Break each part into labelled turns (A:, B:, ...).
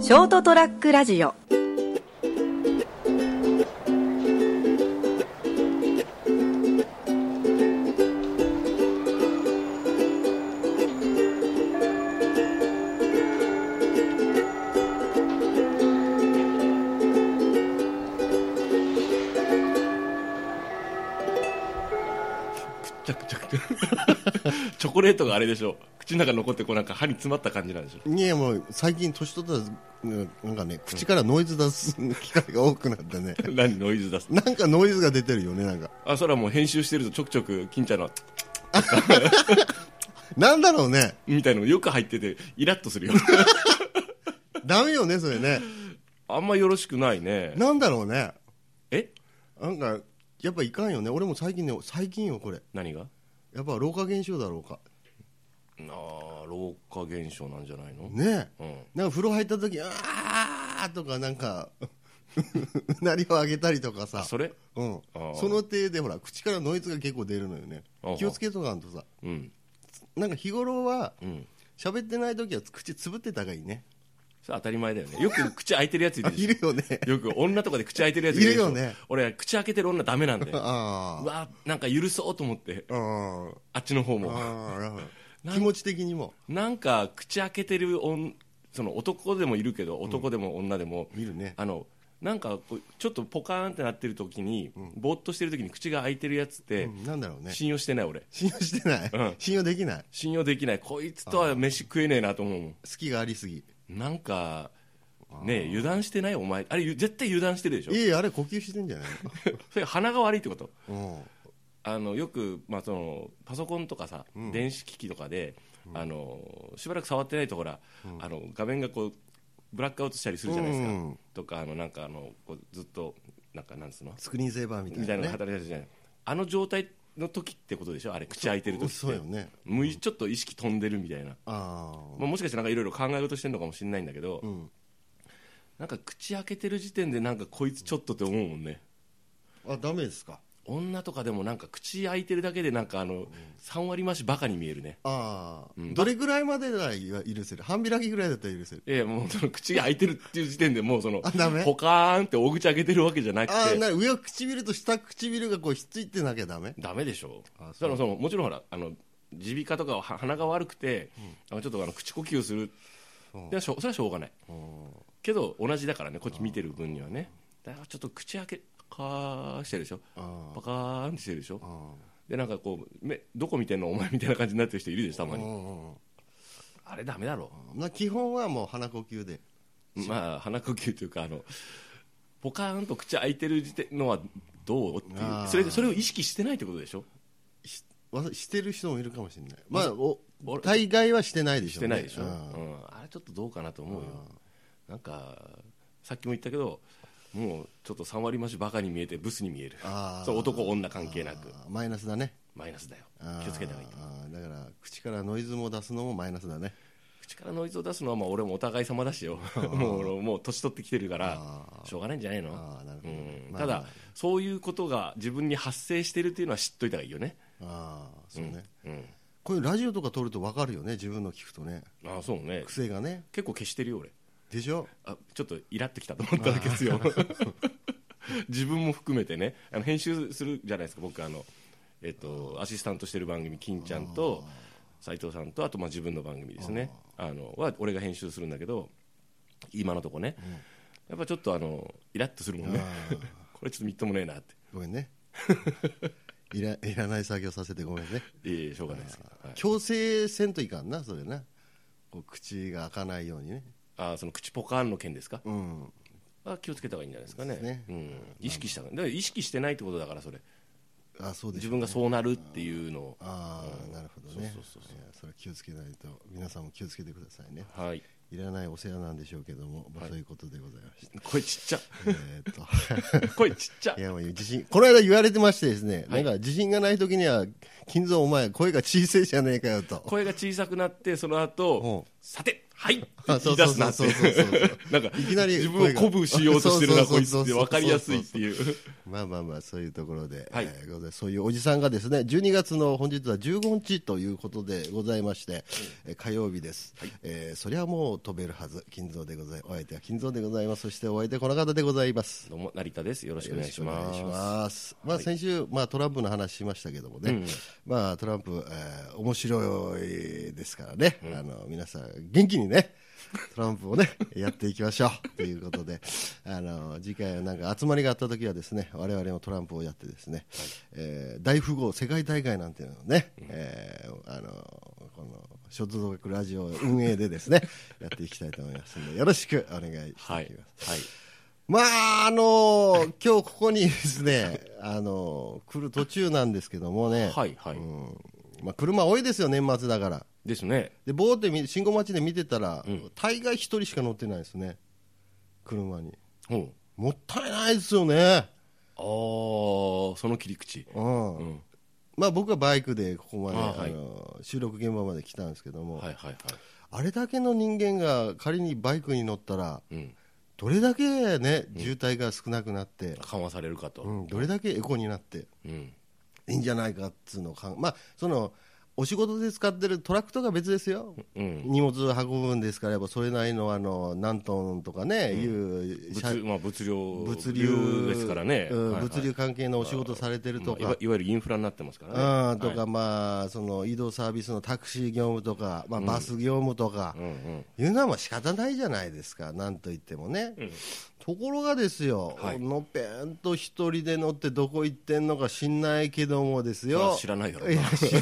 A: ショートトラックラジオ
B: チャクチャクチャク チョコレートがあれでしょ口の中に残ってこうなんか歯に詰まった感じなんでしょ
C: いやもう最近年取ったらなんかね口からノイズ出す機会が多くなってね
B: 何ノイズ出す
C: なんかノイズが出てるよねなんか
B: あそれはもう編集してるとちょくちょく金ちゃんの
C: なんだろうね
B: みたいなのよく入っててイラッとするよ
C: ダメよねそれね
B: あんまよろしくないね
C: なんだろうね
B: え
C: なんかやっぱいかんよね俺も最近ね最近よこれ
B: 何が
C: やっぱ老化現象だろうか
B: ああ老化現象なんじゃないの、
C: ねえ
B: うん、
C: なんか風呂入った時あーとかなんかうなりを上げたりとかさ
B: あそれ
C: うん
B: あー
C: その手でほら口からノイズが結構出るのよね
B: あは
C: 気をつけとかんとさ
B: うん
C: なんか日頃は
B: うん
C: 喋ってない時は口つぶってた方がいいね
B: それ当たり前だよねよく口開いてるやついるでし
C: いるよね
B: ょよく女とかで口開いてるやついるでしょ
C: いるよね
B: 俺口開けてる女ダメなんでう
C: あ
B: わなんか許そうと思って
C: ああー
B: あっちの方も
C: あ
B: な
C: ー
B: ん
C: 気持ち的にも
B: なんか口開けてる女その男でもいるけど男でも女でも、
C: 見るね
B: あのなんかこうちょっとポカーンってなってる時に、ぼーっとしてる時に口が開いてるやつって、
C: うんなんだろうね
B: 信用してない俺
C: 信用してない
B: うん
C: 信用できない
B: 信用できないこいつとは飯食えねえなと思うもん
C: 好きがありすぎ
B: なんかねえ油断してないお前あれゆ絶対油断してるでしょ
C: いやあれ呼吸して んじゃない
B: それ鼻が悪いってこと
C: のうん
B: あのよく、まあ、そのパソコンとかさ、電子機器とかで、あのしばらく触ってないとほら、あの画面がこうブラックアウトしたりするじゃないですか、
C: うん
B: とかあのなんかあのこうずっとなんかなんつうの
C: スクリーンセーバーみたい
B: みた
C: ない
B: なのが
C: ね
B: 働いてるじゃない、あの状態の時ってことでしょあれ口開いてる時って
C: そうよね
B: 無意ちょっと意識飛んでるみたいな、
C: あ
B: まあ、もしかしてなんかいろいろ考え事してるのかもしれないんだけど、
C: あうん
B: なんか口開けてる時点でなんかこいつちょっとって思うもんね、
C: あダメですか
B: 女とかでもなんか口開いてるだけでなんかあの3割増しバカに見えるね
C: ああ
B: ん
C: どれぐらいまでなら許せる半開きぐらいだったら許せる
B: いやもうその口が開いてるっていう時点でもうその
C: あダメ
B: ポカーンって大口開けてるわけじゃなく
C: ああ
B: て
C: な上は唇と下唇がこうひっついてなきゃダメ
B: ダメでしょ
C: あ
B: だからそのもちろんほらあの耳鼻科とかはは鼻が悪くて、あのちょっとあの口呼吸する
C: そう
B: でしょそれはしょうがない
C: うん
B: けど同じだからねこっち見てる分にはねだからちょっと口開けカーしてるでしょ
C: あ
B: パカーンってしてるでしょ
C: ああ
B: でなんかこう目どこ見てんのお前みたいな感じになってる人いるでしょた
C: あ
B: まに
C: うん
B: あれダメだろ
C: まあ基本はもう鼻呼吸で
B: まあ鼻呼吸というかあのポカーンと口開いてる時点のはどうってい
C: あ
B: う
C: ー
B: それそれを意識してないってことでしょ
C: しわざしてる人もいるかもしれない、まあ、お
B: 俺
C: 大概はしてないでし
B: し
C: ょう
B: て
C: ね、
B: ないでしょ、う
C: うん
B: ん、あれちょっとどうかなと思うよなんかさっきも言ったけどもうちょっと3割増しバカに見えてブスに見える
C: あー
B: そう男女関係なく
C: あーマイナスだね
B: マイナスだよ
C: あー
B: 気をつけた方がいい
C: あーだから口からノイズも出すのもマイナスだね
B: 口からノイズを出すのはまあ俺もお互い様だしよもう俺もう年取ってきてるから
C: あ
B: しょうがないんじゃないの
C: あーなるほ
B: う
C: ど、
B: ん
C: まあ
B: ただそういうことが自分に発生してるっていうのは知っといた方がいいよね
C: あーそうね、
B: うん
C: こういうラジオとか撮ると分かるよね自分の聞くとね
B: ああそうね
C: 癖がね
B: 結構消してるよ俺
C: でしょ
B: あちょっとイラってきたと思っただけですよ自分も含めてねあの編集するじゃないですか僕あの、えっとアシスタントしてる番組金ちゃんと斉藤さんとあとまあ自分の番組ですねあのは俺が編集するんだけど今のとこね、やっぱちょっとあのイラッとするもんね これちょっとみっともねえなって
C: ごめ んねいらいらない作業させてごめんね
B: いえいえしょうがないですけど、はい
C: 強制せんといかんなそれなこう口が開かないようにね
B: あその口ポカーンの件ですか
C: うん
B: あ気をつけた方がいいんじゃないですかね
C: そうですね
B: うん、意識した方がだから意識してないってことだからそれ
C: あそうでし
B: 自
C: ょ
B: 分がそうなるっていうのを
C: ああ、なるほどね
B: そうそうそう
C: いやそれは気をつけないと皆さんも気をつけてくださいね
B: はい
C: いらないお世話なんでしょうけども、まあ、そういうことでございました、
B: 声ちっちゃ
C: えーっと
B: 声ちっちゃ
C: いやもう自信この間言われてましてですね、
B: はい
C: なんか自信がない時には金蔵お前声が小さいじゃねえかよと
B: 声が小さくなってその後
C: うん
B: さてはいって
C: あ
B: 言い出すなって
C: そうそうそうそうそうそう
B: なんか
C: いきなり
B: 自分を
C: 声が
B: 鼓舞しようとしてるなこいつ
C: そ
B: っ
C: う
B: て
C: そうそうそう
B: 分かりやすいっていう
C: まあまあまあそういうところで、
B: はい
C: えーございますそういうおじさんがですね12月の本日は15日ということでございまして、えー火曜日です、えーそりゃもう飛べるはず金蔵でございお相手は金蔵でございますそしてお相手この方でございます
B: どうも成田ですよろしくお願いし
C: よろ
B: ます
C: しくお願いしますまあ、先週、まあ、トランプの話しましたけどもね、まあ、トランプ、えー面白いですからね、あの皆さん、元気にね、トランプをね、 やっていきましょうということで、あの次回はなんか集まりがあった時はですね、我々もトランプをやってですね、えー大富豪世界大会なんていうのをね、えーあのこの所属ラジオ運営でです ね、やっていきたいと思いますので、よろしくお願いしていきます。
B: はいはい
C: まあ、あ のー今日ここにですね、あのー来る途中なんですけどもね、
B: はいはい
C: うんまあ、車多いですよ、年末だから。
B: ですね
C: で、ぼーってみ信号待ちで見てたら、大概一人しか乗ってないですね、車に。
B: ほう
C: もったいないですよね。
B: あーその切り口
C: うん
B: ん
C: まあ、僕はバイクでここまで、
B: あ
C: あ
B: はい
C: のー収録現場まで来たんですけども、
B: はいはいはい
C: あれだけの人間が仮にバイクに乗ったら、
B: うん
C: どれだけね、渋滞が少なくなって、
B: 緩和されるかと
C: うんどれだけエコになって。
B: うん
C: いいんじゃないかっつうのを考えまあそのお仕事で使ってるトラックとか別ですよ、
B: うん
C: 荷物運ぶんですからやっぱそれなりのあの何トンとかね、いう車
B: 物,、まあ、物量
C: 物流
B: ですからね、
C: うん
B: はいはい
C: 物流関係のお仕事されてると
B: まあい
C: か
B: わ、いわゆるインフラになってますからね
C: うんとか、
B: はい
C: まあその移動サービスのタクシー業務とか、まあ、バス業務とか
B: うん、うん
C: いうのはまあ仕方ないじゃないですか、なんといってもね。ところがですよ、
B: はい
C: のっぺんと一人で乗ってどこ行ってんのか知んないけどもです
B: まあ
C: よ。
B: 知らないだろう
C: い
B: な
C: や知ら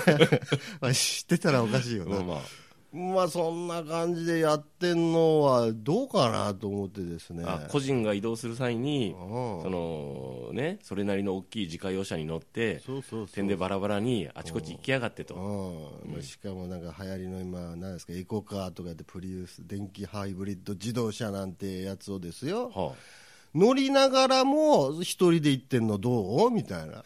C: まあ 知ってたらおかしいよ
B: まあ
C: な。
B: まあ
C: まあそんな感じでやってんのはどうかなと思ってですね。
B: あ個人が移動する際に
C: うん
B: その、ね、それなりの大きい自家用車に乗って
C: そうそうそう。
B: 点でバラバラにあちこち行きやがってと
C: うんまあしかもなんか流行りの今、なんですか、エコカーとかでプリウス、電気ハイブリッド自動車なんてやつをですよ、
B: は
C: 乗りながらも一人で行ってんのどうみたいな。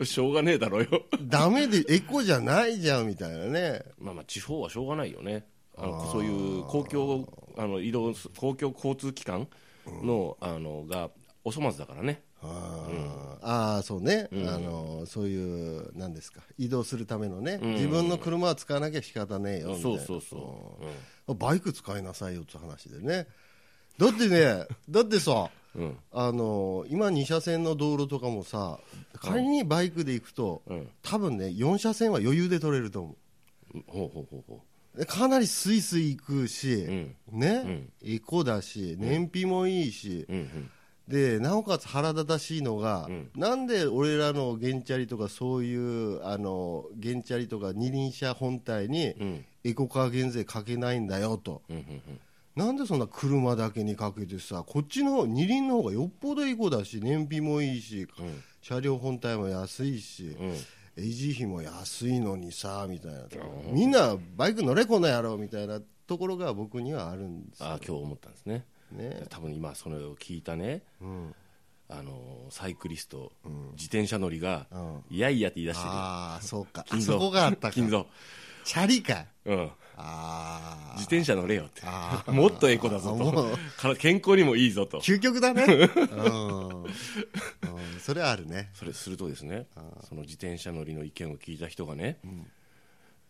B: あ、 しょうがねえだろうよ
C: ダメ で、エコじゃないじゃんみたいなね。
B: まあまあ地方はしょうがないよねあのそういう公共あの移動す公共交通機関の,、あのがお粗末だからね
C: あー、あーそうね、あのそういうなんですか移動するためのね、自分の車は使わなきゃ仕方ねえよみたいな
B: そうそうそう、うん
C: うんバイク使いなさいよって話でねだってねだってさ、
B: うん
C: あの今2車線の道路とかもさ仮にバイクで行くと、
B: うん
C: 多分ね4車線は余裕で取れると思う
B: ほうほうほうほ
C: でかなりスイスイ行くし、ね、エコだし燃費もいいし、
B: う、うんうん、
C: でなおかつ腹立たしいのが、なんで俺らのゲンチャリとかそういうあのゲンチャリとか二輪車本体にエコカー減税かけないんだよと、なんでそんな車だけにかけてさこっちの方二輪の方がよっぽどエコだし燃費もいいし、車両本体も安いし、維持費も安いのにさみたいな、みんなバイク乗れこの野郎みたいなところが僕にはあるんです
B: ああ今日思ったんですね
C: ね。
B: 多分今それを聞いたね、あのサイクリスト、自転車乗りが、いやいやって言い出してる
C: ああそうかあ
B: 金蔵
C: そこがあったか
B: 金蔵、
C: チャリか
B: うん、
C: あ
B: 自転車乗れよって
C: あ
B: もっとエコだぞ
C: あも
B: とから健康にもいいぞと
C: あ究 極だねうん、うん、それはあるね
B: それするとですねその自転車乗りの意見を聞いた人がね、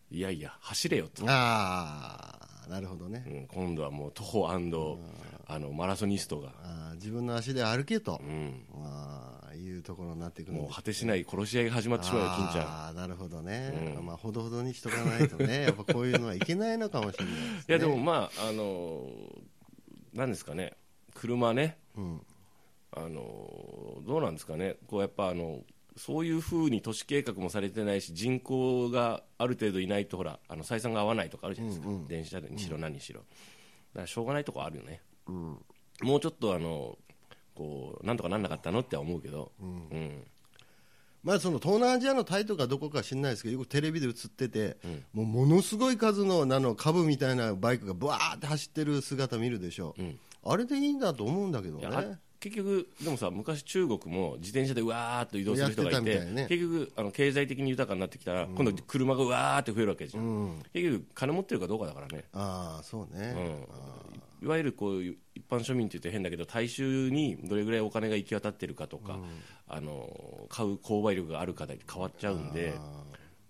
B: いやいや走れよと、
C: ああなるほどね、
B: うん今度はもう徒歩あのマラソニストが、
C: ああ自分の足で歩けと、
B: うん、
C: ああいうところになってくるん
B: も
C: で
B: う果てしない殺し合いが始まってしまうよ金ちゃん
C: ああなるほどね、まあほどほどにしとかないとねやっぱこういうのはいけないのかもしれないですね
B: いやでもまああのなんですかね車ね、あのどうなんですかねこうやっぱあのそういうふうに都市計画もされてないし人口がある程度いないとほらあの採算が合わないとかあるじゃないですか、電車にしろ何にしろ、だからしょうがないとこあるよね、もうちょっとあのこうなんとかなんなかったのっては思うけど、うん
C: まあ、その東南アジアのタイとかどこか知らないですけど、よくテレビで映ってて、もうものすごい数のあの株みたいなバイクがぶわーって走ってる姿見るでしょ、あれでいいんだと思うんだけど
B: いやあ
C: ね、
B: 結局でもさ昔中国も自転車でうわーっと移動する人がいて
C: やってたみたいね
B: 結局あの経済的に豊かになってきたら、今度車がうわーって増えるわけじゃん、結局金持ってるかどうかだからね、
C: ああそう
B: う
C: ね、
B: ん、いわゆるこういう一般庶民って言って変だけど大衆にどれぐらいお金が行き渡ってるかとか、あの買う購買力があるかで変わっちゃうんで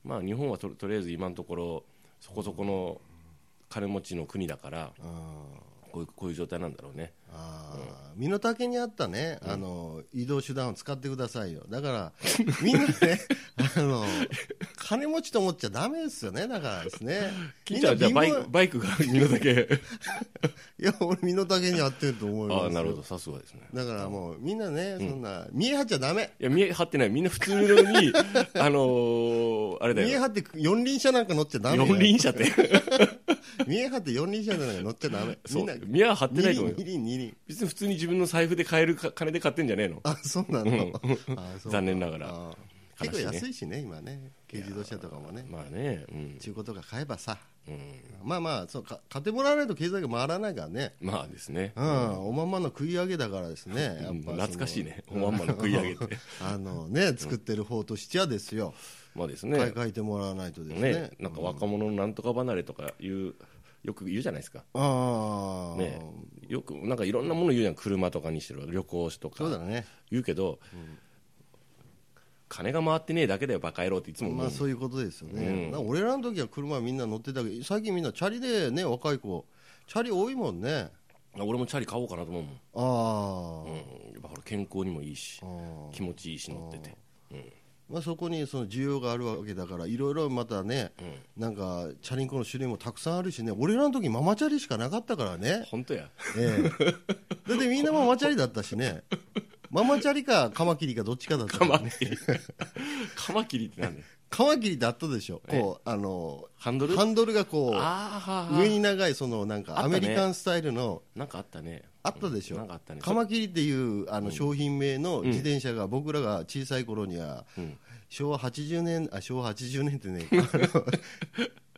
B: まあ、日本はととりあえず今のところそこそこの金持ちの国だから
C: ああ
B: こういうこういう状態なんだろうね。
C: ああ身の丈に合ったね、あの移動手段を使ってくださいよ だからみんなねあの金持ちと思っちゃダメですよねだからです ね
B: 金ちゃんはじゃあ
C: み
B: バ
C: な
B: イ
C: 貧乏
B: クバイク が身の丈
C: いや俺身の丈に合ってると思います
B: あ
C: よ
B: あなるほどさすがですね
C: だからもうみんなねそんな、見え張っちゃダメ
B: いや見え張ってないみんな普通にあのー、あれだ
C: 見え
B: よ
C: 張って四輪車なんか乗っちゃダメよ
B: 四輪車って
C: 見え張って四輪車なんか乗っちゃダメ
B: そ
C: み
B: うん
C: な
B: 見え張ってないと思う
C: 二輪
B: よ
C: 二輪二輪
B: 別に普通に自分の財布で買えるか金で買ってんじゃねえの
C: あそうなの、あ そう
B: 残念ながら
C: あー
B: 悲しいね
C: 結構安いしね今ね軽自動車とかもね
B: まあねうん、
C: 中古とか買えばさ
B: うん、
C: まあまあそうか買ってもらわないと経済が回らないからね
B: まあですね
C: うん、おまんまの食い上げだからですね、や
B: う
C: っ
B: ん
C: ぱ
B: 懐かしいねおまんまの食い上げて
C: そ のあのね、作ってる方としてはですよ、
B: まあです
C: 買
B: ね
C: い替えてもらわないとですね、
B: ねなんか若者のなんとか離れとかいうよく言うじゃないですか
C: ああ、
B: ねよくなんかいろんなもの言うじゃん車とかにしてる旅行とか
C: そうだね、
B: 言うけど、金が回ってねえだけだよバカ野郎っていつも思う、
C: まあ、そういうことですよね、なんか俺らの時は車みんな乗ってたけど、最近みんなチャリでね、若い子、チャリ多いもんね、
B: 俺もチャリ買おうかなと思うもん、
C: ああ、
B: うん、やっぱほら健康にもいいし
C: あ
B: 気持ちいいし乗ってて
C: まあ、そこにその需要があるわけだから、いろいろまたね、なんかチャリンコの種類もたくさんあるしね、俺らの時ママチャリしかなかったか らね、
B: 本当 や
C: ええ、だってみんなママチャリだったしね、ママチャリかカマキリかどっちかだった
B: カ
C: か
B: マ
C: らね、
B: キリカマキリってなんだよ
C: カマキリだったでしょ、こうあの
B: ハンドル
C: ハンドルがこ
B: あーは
C: う
B: ーは
C: 上
B: ー
C: に長い、そのなんか
B: あ
C: ア
B: ったね
C: メリカンスタイルの。
B: なんかあったね
C: あったでし
B: うんな
C: ょ
B: んかあったね
C: カマキリっていうあの商品名の自転車が僕らが小さい頃には昭和80年あ昭和80年っ てねあの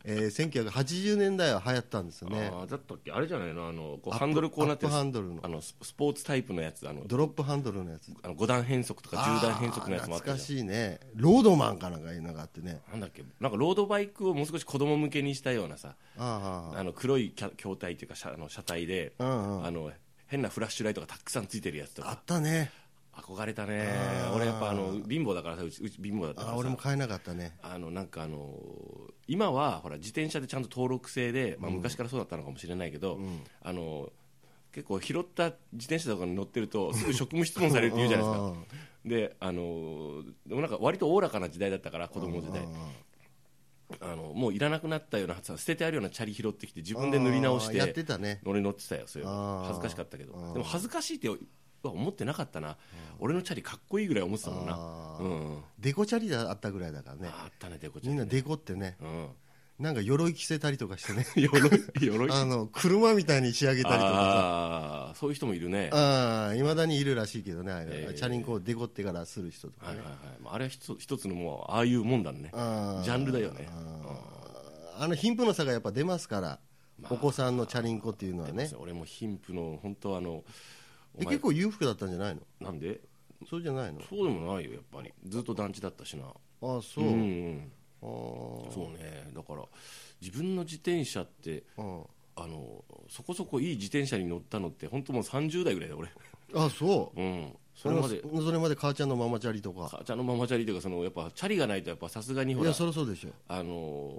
C: えー1980年代は流行ったんですよね
B: あーだったっけあれじゃないのあのこう
C: アップ
B: ハンドルこうなって
C: ア
B: る
C: ップハンドルの
B: あのススポーツタイプのやつあの
C: ドロップハンドルのやつ
B: あの5段変速とか10段変速のやつもあった
C: 懐か
B: じゃん
C: しいねロードマンかなんかいうのがあってね
B: なんだっけなんかロードバイクをもう少し子供向けにしたようなさ
C: あ
B: あの黒いキャ筐体というか車あの車体で、
C: あうんうん
B: あの変なフラッシュライトがたくさんついてるやつとか
C: あったね
B: 憧れたね俺やっぱあの貧乏だからさうちうち貧乏だったか
C: あ
B: ら
C: 俺
B: さ
C: も買えなかったね
B: あのなんかあの今はほら自転車でちゃんと登録制で、まあ、昔からそうだったのかもしれないけど、あの結構拾った自転車とかに乗ってるとすぐ職務質問されるって言うじゃないですかであのでもなんか割とおおらかな時代だったから子供の時代あのもういらなくなったようなさ捨ててあるようなチャリ拾ってきて自分で塗り直し
C: あーやって
B: て
C: たね
B: 俺乗ってたよそれ
C: あー
B: 恥ずかしかったけどでも恥ずかしいっては思ってなかったな俺のチャリかっこいいぐらい思ってたもんな
C: あー
B: うんうん
C: デコチャリだあったぐらいだからね
B: あったねでこちゃ
C: み
B: ん
C: んな
B: ね
C: デコってね
B: うん
C: なんか鎧着せたりとかしてね
B: 鎧鎧
C: あの車みたいに仕上げたりとか
B: あーそういう人もいるねは
C: さいまだにいるらしいけどねあれ
B: ええ
C: チャリンコをデコってからする人とか
B: いはい
C: ね
B: はいまああれは一つ一つのもうああいうもんだね
C: あー
B: ジャンルだよね
C: あの貧富の差がやっぱ出ますからお子さんのチャリンコっていうのはね
B: 俺も貧富の本当あのお
C: え
B: 前
C: 結構裕福だったんじゃないの
B: なんで
C: そうじゃないの
B: そうでもないよやっぱりずっと団地だったしな
C: ああそう、
B: うんうん
C: あー
B: そうねだから自分の自転車って
C: うん
B: あのそこそこいい自転車に乗ったのって本当もう30代ぐらいで俺
C: あそう
B: うんそ
C: そ
B: れ
C: れ
B: ま
C: ま
B: で
C: でそれまで母ちゃんのママチャリとか
B: 母ちゃんのママチャリというかそのやっぱチャリがないとやっぱさすがにほ
C: い
B: ら
C: やそりゃそうでしょ
B: あの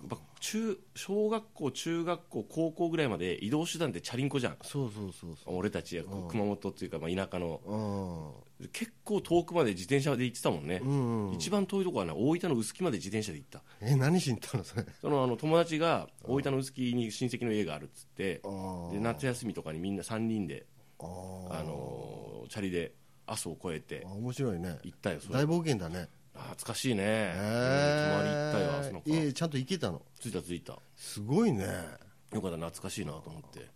B: ーやっぱ中小学校中学校高校ぐらいまで移動手段ってチャリンコじゃん
C: そうそうそうそ
B: 俺たちはこう熊本っていうかまあ田舎の
C: うう
B: 結構遠くまで自転車で行ってたもんね、
C: ん、うん、
B: 一番遠いとこはね大分の臼杵まで自転車で行った
C: え何しに行ったのそれ
B: そのあの友達が大分の臼杵に親戚の家があるっつって
C: あー
B: で夏休みとかにみんな3人で、
C: あー
B: あのーチャリで阿蘇を越えて
C: あ面白いね
B: 行ったよそれ
C: 大冒険だね
B: 懐かしいね、
C: へ
B: うん
C: え
B: 泊まり行ったよ阿蘇の
C: い
B: 川
C: えちゃんと行けたの
B: 着いた着いた
C: すごいね
B: よかった懐かしいなと思って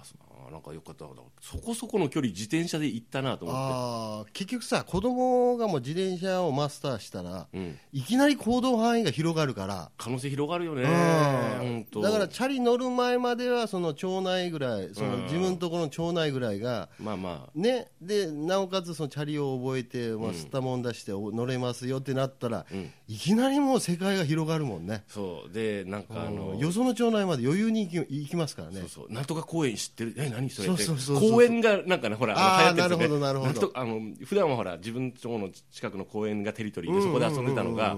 B: あそあなんかよかったそこそこの距離自転車で行ったなと思っ
C: あー結局さ子供がもう自転車をマスターしたら、
B: て、うん、
C: いきなり行動範囲が広がるから
B: 可能性広がるよね
C: うん
B: 本当
C: だからチャリ乗る前まではその町内ぐらいその自分のところの町内ぐらいが、
B: まあま
C: ね、でなおかつそのチャリを覚えて、まあ、吸ったもん出してお乗れますよってなったら、いきなりもう世界が広がるもんね
B: あ、そうでなんかあの
C: よその町内まで余裕に行き行きますからね
B: そうそうなんとか公園知ってるえ何それって
C: そうそうそうそう
B: 公園がなんかねほら
C: あ
B: あ
C: ー
B: の流行ってるんですよね
C: なるほどなるほど
B: んとかあの普段はほら自分とこの近くの公園がテリトリーでそこで遊んでたのが、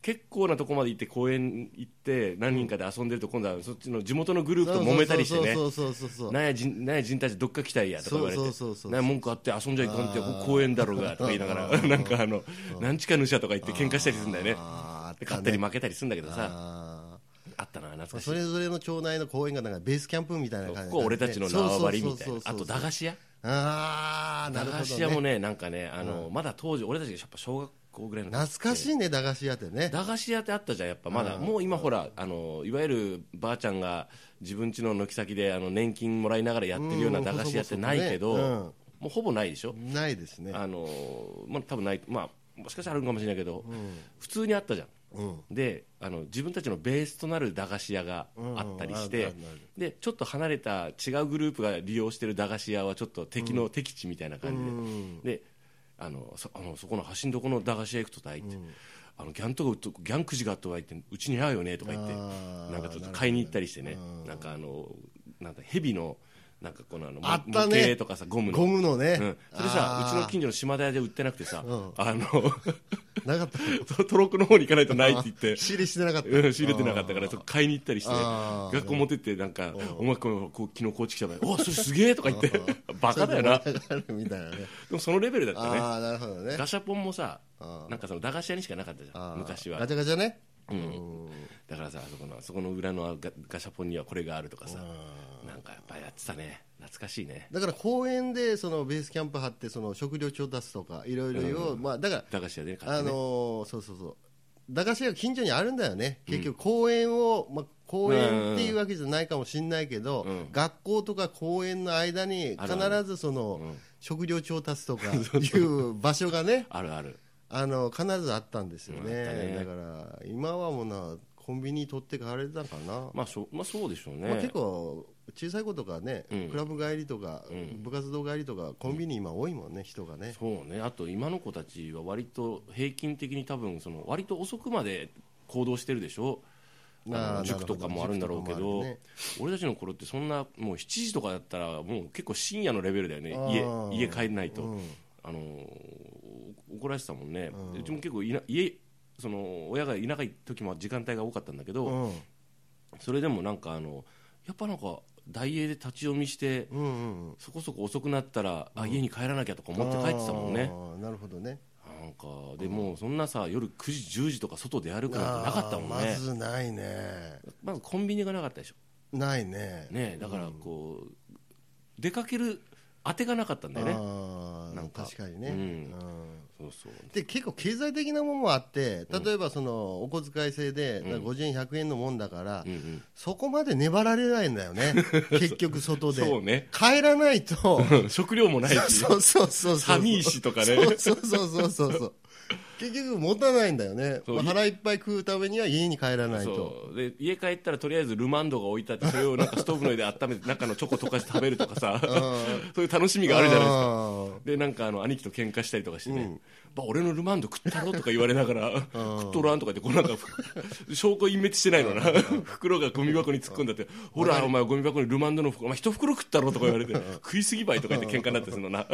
B: 結構なとこまで行って公園行って何人かで遊んでると今度はそっちの地元のグループと揉めたりしてね
C: そうそうそうそうそう
B: なんやじんなんや人たちどっか来たいやとか言われて
C: そうそうそうそう
B: なんや文句あって遊んじゃいかんってここ公園だろうがとか言いながら なんかあのなんちかぬしゃとか言って喧嘩したりするんだよね
C: あーあった
B: で勝
C: ね
B: 手に負けたりするんだけどさ
C: あー
B: あったな懐かしい
C: それぞれの町内の公園がなんかベースキャンプみたいな
B: こ
C: 感じ
B: こ俺たちの縄張りみたいなあと駄
C: が
B: 菓子屋
C: ああな
B: 駄
C: るほど、ね、
B: 菓子屋もねなんかねあのまだ当時俺たちがやっぱ小学校ぐらいの時
C: 懐かしいね駄菓子屋ってね
B: 駄菓子屋ってあったじゃんやっぱまだもう今ほらあのいわゆるばあちゃんが自分家の軒先であの年金もらいながらやってるような駄菓子屋ってないけど
C: うん細々とね
B: もうほぼないでしょ
C: ないですね
B: あのまあ多分ないまあもしかしたらあるかもしれないけど普通にあったじゃん
C: うん
B: であの自分たちのベースとなる駄菓子屋があったりして、
C: うんうんあるある
B: でちょっと離れた違うグループが利用してる駄菓子屋はちょっと敵の敵地みたいな感じで、であのそあのそこの橋んどこの駄菓子屋行くと大って、あのギャンとかうっとギャンくじがあったわいってうちに合うよねとか言って
C: あー
B: なんかちょっと買いに行ったりしてねなんかあのなんか蛇のなんかこのあの
C: あったね
B: 模型とかさゴムの
C: ゴムのね、
B: うん、それさうちの
C: あー
B: 近所の島田屋で売ってなくてさ、あの
C: なかった
B: トトロッコの方に行かないとないって言って
C: 仕入れしてなかった
B: うん仕入れてなかったからそこ買いに行ったりして
C: あー
B: 学校持ってってなんか「お前このこう昨日高知来たからおそれすげえ」とか言って バカだよな
C: それで盛り上がるみ たいなね
B: でもそのレベルだったね
C: ああなるほどね
B: ガシャポンもさ
C: あ
B: なんかその駄菓子屋にしかなかったじゃ
C: あ
B: ん
C: ー
B: 昔は
C: ガチャガチャね
B: うんだからさあそこのあそこの裏のガガシャポンにはこれがあるとかさなんかやっぱやってたね懐かしいね
C: だから公園でそのベースキャンプ張ってその食料調達とかいろいろを、まあだから
B: 駄菓子屋で買
C: あ
B: ってね
C: のーそうそうそう駄菓子屋が近所にあるんだよね結局公園を、まあ、公園っていうわけじゃないかもしれないけど、学校とか公園の間に必ずその食料調達と かいう場所がね
B: あるある
C: あの必ずあったんですよね,、
B: あったね
C: だから今はもうなコンビニ取って帰れたかな、
B: まあそうまあそうでしょう
C: まあ、
B: ね
C: 結構小さい子とかね、クラブ帰りとか、部活動帰りとかコンビニ今多いもんね人がね
B: そうねあと今の子たちは割と平均的に多分その割と遅くまで行動してるでしょあ
C: あ
B: の
C: ー
B: 塾とかもあるんだろうけ
C: 塾とかも
B: ど
C: あるね
B: 俺たちの頃ってそんなもう7時とかだったらもう結構深夜のレベルだよね
C: あー
B: 家家帰んないと、あのー怒らせてたもんね、うちも結構いな家その親がいない時も時間帯が多かったんだけど、
C: うん
B: それでもなんかあのやっぱなんか大英で立ち読みして、
C: うんうんうん
B: そこそこ遅くなったら、あ家に帰らなきゃとか思って帰ってたもんね
C: あーなるほどね
B: なんかでもうそんなさ夜9時10時とか外出歩くなんてなかったもん
C: あーま
B: ね
C: ずないね
B: まずコンビニがなかったでしょ
C: ないね
B: ねだからこう出かける当てがなかったんだよね
C: あー
B: なんか
C: 確かにね、
B: うん
C: うん
B: そうそう
C: で結構経済的なものもあって例えばそのお小遣い制でだから50円100円のもんだから、
B: うんうん
C: そこまで粘られないんだよ ね結局外で
B: そうね
C: 帰らないと
B: 食料もないし
C: そうそうそうそう
B: 寒いしとかね
C: そうそうそうそうそう結局持たないんだよね、
B: そう
C: まあ腹いっぱい食うためには家に帰らないと
B: そうで家帰ったらとりあえずルマンドが置いてあってそれをなんかストーブの上で温めて中のチョコ溶かして食べるとかさ そういう楽しみがあるじゃないですか
C: か
B: でなんかあの兄貴と喧嘩したりとかしてね、ば俺のルマンド食ったろとか言われなが ら食っとらんとか言ってこうなんかふ証拠隠滅してないのな袋がゴミ箱に突っ込んだってほらお前ゴミ箱にルマンドの袋お前一袋食ったろとか言われて食いすぎばいとか言って喧嘩になってそのな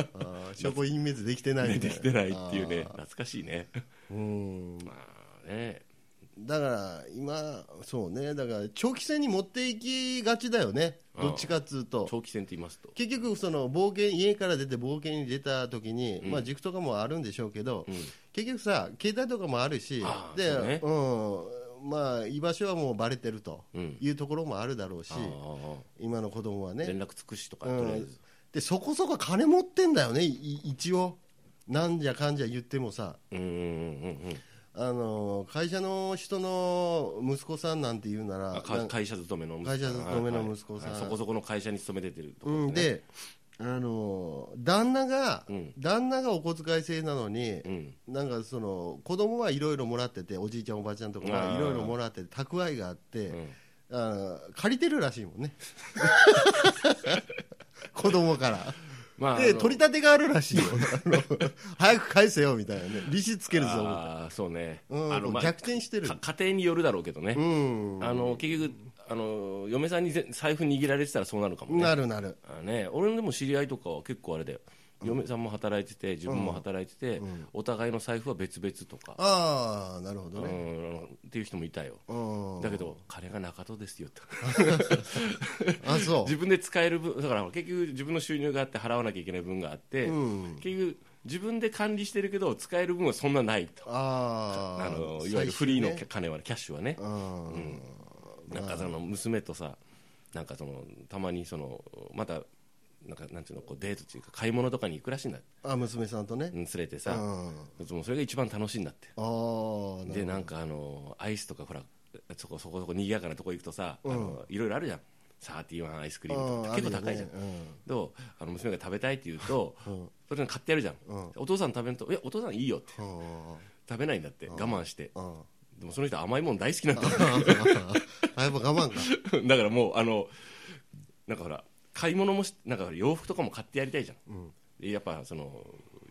C: 証拠隠滅できてな い
B: 出
C: みた
B: て
C: いな
B: きてないっていうね懐かしいね
C: うん
B: まあね
C: だから今そうねだから長期戦に持っていきがちだよねどっちかっつうと
B: 長期戦って言いますと
C: 結局その冒険家から出て冒険に出た時に、まあ塾とかもあるんでしょうけど、結局さ携帯とかもあるし
B: あー
C: で
B: そうね
C: うんまあ居場所はもうバレてると
B: うん
C: いうところもあるだろうし、
B: ああ
C: 今の子供は
B: 連
C: ね、
B: 絡尽くしとか
C: う
B: とりあえず、
C: ん、でそこそこ金持ってんだよねい一応なんじゃかんじゃ言ってもさ
B: うんうんうんうんうん
C: あの会社の人の息子さんなんて言うな
B: あ
C: ら
B: か
C: なん
B: 会社勤めの息子
C: 会社勤めの息子さん
B: はいはいそこそこの会社に勤めててるとこ
C: うん、であの旦那が、
B: うん
C: 旦那がお小遣い制なのに、
B: うん
C: なんかその子供はいろいろもらってておじいちゃんおばあちゃんとか
B: あ
C: が
B: ー
C: いろいろもらってて蓄えがあって、
B: うん
C: あー借りてるらしいも んね子供から
B: まああ
C: で
B: の
C: 取り立てがあるらしいよあの早く返せよみたいなね利子つけるぞみたいな
B: あーそうね、
C: うん
B: あのまあ
C: 逆転してる
B: か家庭によるだろうけどね、
C: うん
B: あの結局あの嫁さんにぜ財布握られてたらそうなるかもね
C: なるなる
B: あのね俺のでも知り合いとかは結構あれだよ、嫁さんも働いてて自分も働いてて、お互いの財布は別々とか、
C: ああなるほど
B: うん
C: ね
B: あのっていう人もいたよ
C: うん
B: だけど金が中戸ですよと
C: あそ
B: 自分で使える分だから結局自分の収入があって払わなきゃいけない分があって、
C: うん
B: 結局自分で管理してるけど使える分はそんなないと
C: うああ
B: あのいわゆるフリーの
C: 最終ね
B: 金はねキャッシュはね
C: うん
B: なんかその娘とさなんかそのたまにそのまたなんかなんていうのこうデートっていうか買い物とかに行くらしいんだ、
C: あ娘さんとね
B: うん連れて
C: うん
B: さ、もうそれが一番楽しいんだって
C: ああな
B: で
C: る
B: なんかあのアイスとかほらそこそこそこにぎやかなとこ行くとさ、あのいろいろあるじゃんサーティワンアイスクリームと
C: うん
B: か
C: あるよ
B: 結
C: ね
B: 構高いじゃん、
C: うん
B: どうあの娘が食べたいって言うと、それで買ってやるじゃん、お父さん食べると「えお父さんいいよ」って
C: ほ
B: 食べないんだって、我慢して、
C: ううん
B: でもその人甘いもん大好きなんだ
C: あやっぱ我慢か
B: だからもうあのなんかほら買い物もしなんかほら洋服とかも買ってやりたいじゃん、でやっぱその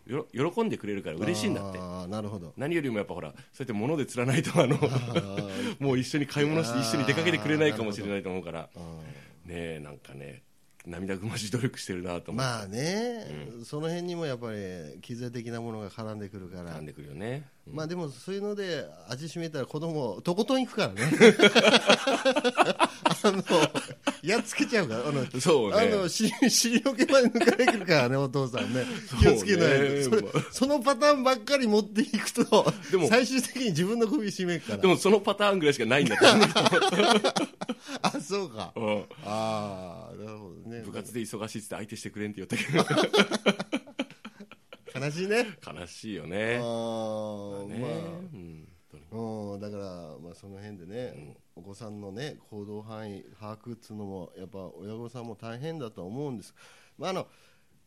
B: よろ喜んでくれるから嬉しいんだって
C: ああなるほど
B: 何よりもやっぱほらそうやって物で釣らないとあの もう一緒に買い物して一緒に出かけてくれないかもしれないと思うからねえなんかね涙ぐましい努力してるなと思って
C: まあねその辺にもやっぱり機材的なものが絡んでくるから
B: 絡んでくるよね
C: まあでもそういうので味しめたら子供とことん行 くからねあのやっつけちゃうからあの
B: そうね
C: あのし尻の毛まで抜かれてるからねお父さんね気をつけないと
B: そ
C: そう
B: ね
C: れそのパターンばっかり持っていくと
B: でも
C: 最終的に自分の首絞めるから
B: でもそのパターンぐらいしかないんだってそ の人
C: あそうか
B: うん
C: ああなるほどね
B: 部活で忙しいっつって相手してくれんって言ったけど
C: 悲しいね
B: 悲しいよ
C: あ
B: ね
C: ー
B: ね
C: ま
B: うん
C: あうんだから、まあ、その辺でね、お子さんのね行動範囲把握っつうのもやっぱ親御さんも大変だとは思うんです、まあ、あの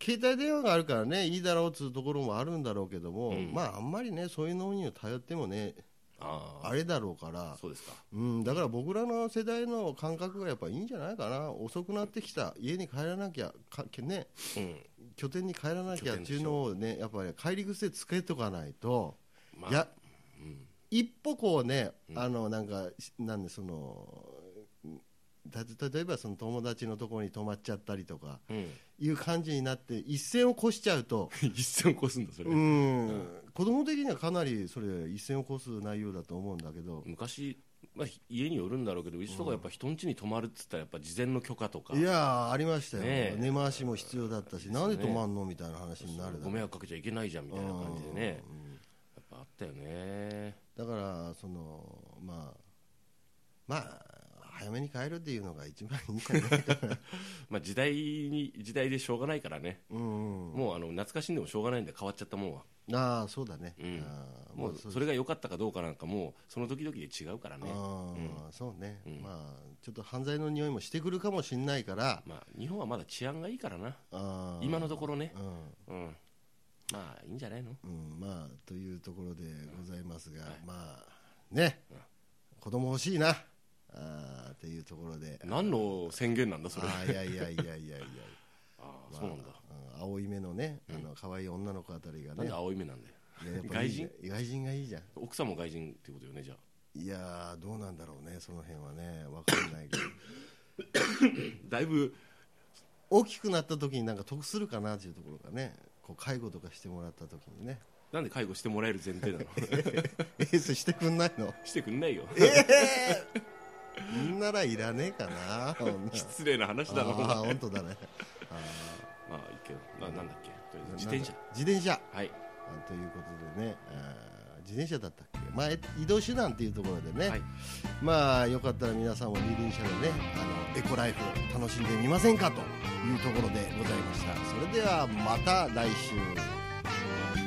C: 携帯電話があるからねいいだろうっつうところもあるんだろうけども、まああんまりねそういうのに頼ってもね
B: あ
C: あれだろうから
B: あそうですか
C: うん、だから僕らの世代の感覚がやっぱいいんじゃないかな、遅くなってきた、家に帰らなきゃ、かね、
B: うん
C: 拠点に帰らなきゃっ
B: 拠点でしょ
C: ていうのをね、やっぱり帰り癖つけとかないと、
B: まあ
C: いや、一歩こうね、あのなんか、しなんでその、た例えばその友達のところに泊まっちゃったりとか
B: うん
C: いう感じになって、一線を越しちゃうと、
B: 一線を越すんだそれ、
C: うん、子供的にはかなりそれ、一線を越す内容だと思うんだけど。昔
B: まあ、家によるんだろうけどうちとかやっぱ人ん家に泊まるっつったらやっぱ事前の許可とか
C: いやーありましたよ、
B: ねえ
C: 根回しも必要だったし、なんで止まんのみたいな話になるだ
B: ご
C: ろう
B: 迷惑かけちゃいけないじゃんみたいな感じでねやっぱあったよね
C: だからその、まあ、まあ、早めに帰るっていうのが一番いいんじゃないかな、
B: まあ時代に時代でしょうがないからね
C: うん
B: もうあの懐かしんでもしょうがないんで変わっちゃったもんは
C: ああ、そうだね、
B: ん
C: あー
B: もうそれが良かったかどうかなんかもうその時々で違うからね
C: あーそうね、まあ、ちょっと犯罪の匂いもしてくるかもしれないから、
B: まあ日本はまだ治安がいいからな
C: あー
B: 今のところね
C: うん
B: うんまあいいんじゃないの
C: うんまあ、というところでございますが、まあね、子供欲しいなあーっていうところで。
B: 何の宣言なんだそれ
C: あーいやいやいやいやいやいや、
B: ああ そうなんだ
C: うん青い目のねあの可愛い女の子あたり
B: な
C: が
B: ん
C: ね
B: で青い目なんだよ
C: いややっぱ
B: 外人
C: いい外人がいいじゃん
B: 奥さんも外人ってことよねじゃあ
C: いやーどうなんだろうねその辺はね分かんないけど
B: だいぶ
C: 大きくなった時になんか得するかなっていうところがねこう介護とかしてもらった時にね
B: なんで介護してもらえる前提なの
C: エースしてくんないの
B: してくんないよ
C: んならいらねえ かなほんな
B: 失礼な話だなお前
C: ああ本当だね
B: まあいいけど、まあ、なんだっけとりあえず自転車
C: 自転車
B: はい
C: あということでね、あー自転車だったっけ、まあ、え移動手段っていうところでね、
B: はい
C: まあよかったら皆さんも二輪車でねあのエコライフを楽しんでみませんかというところでございましたそれではまた来週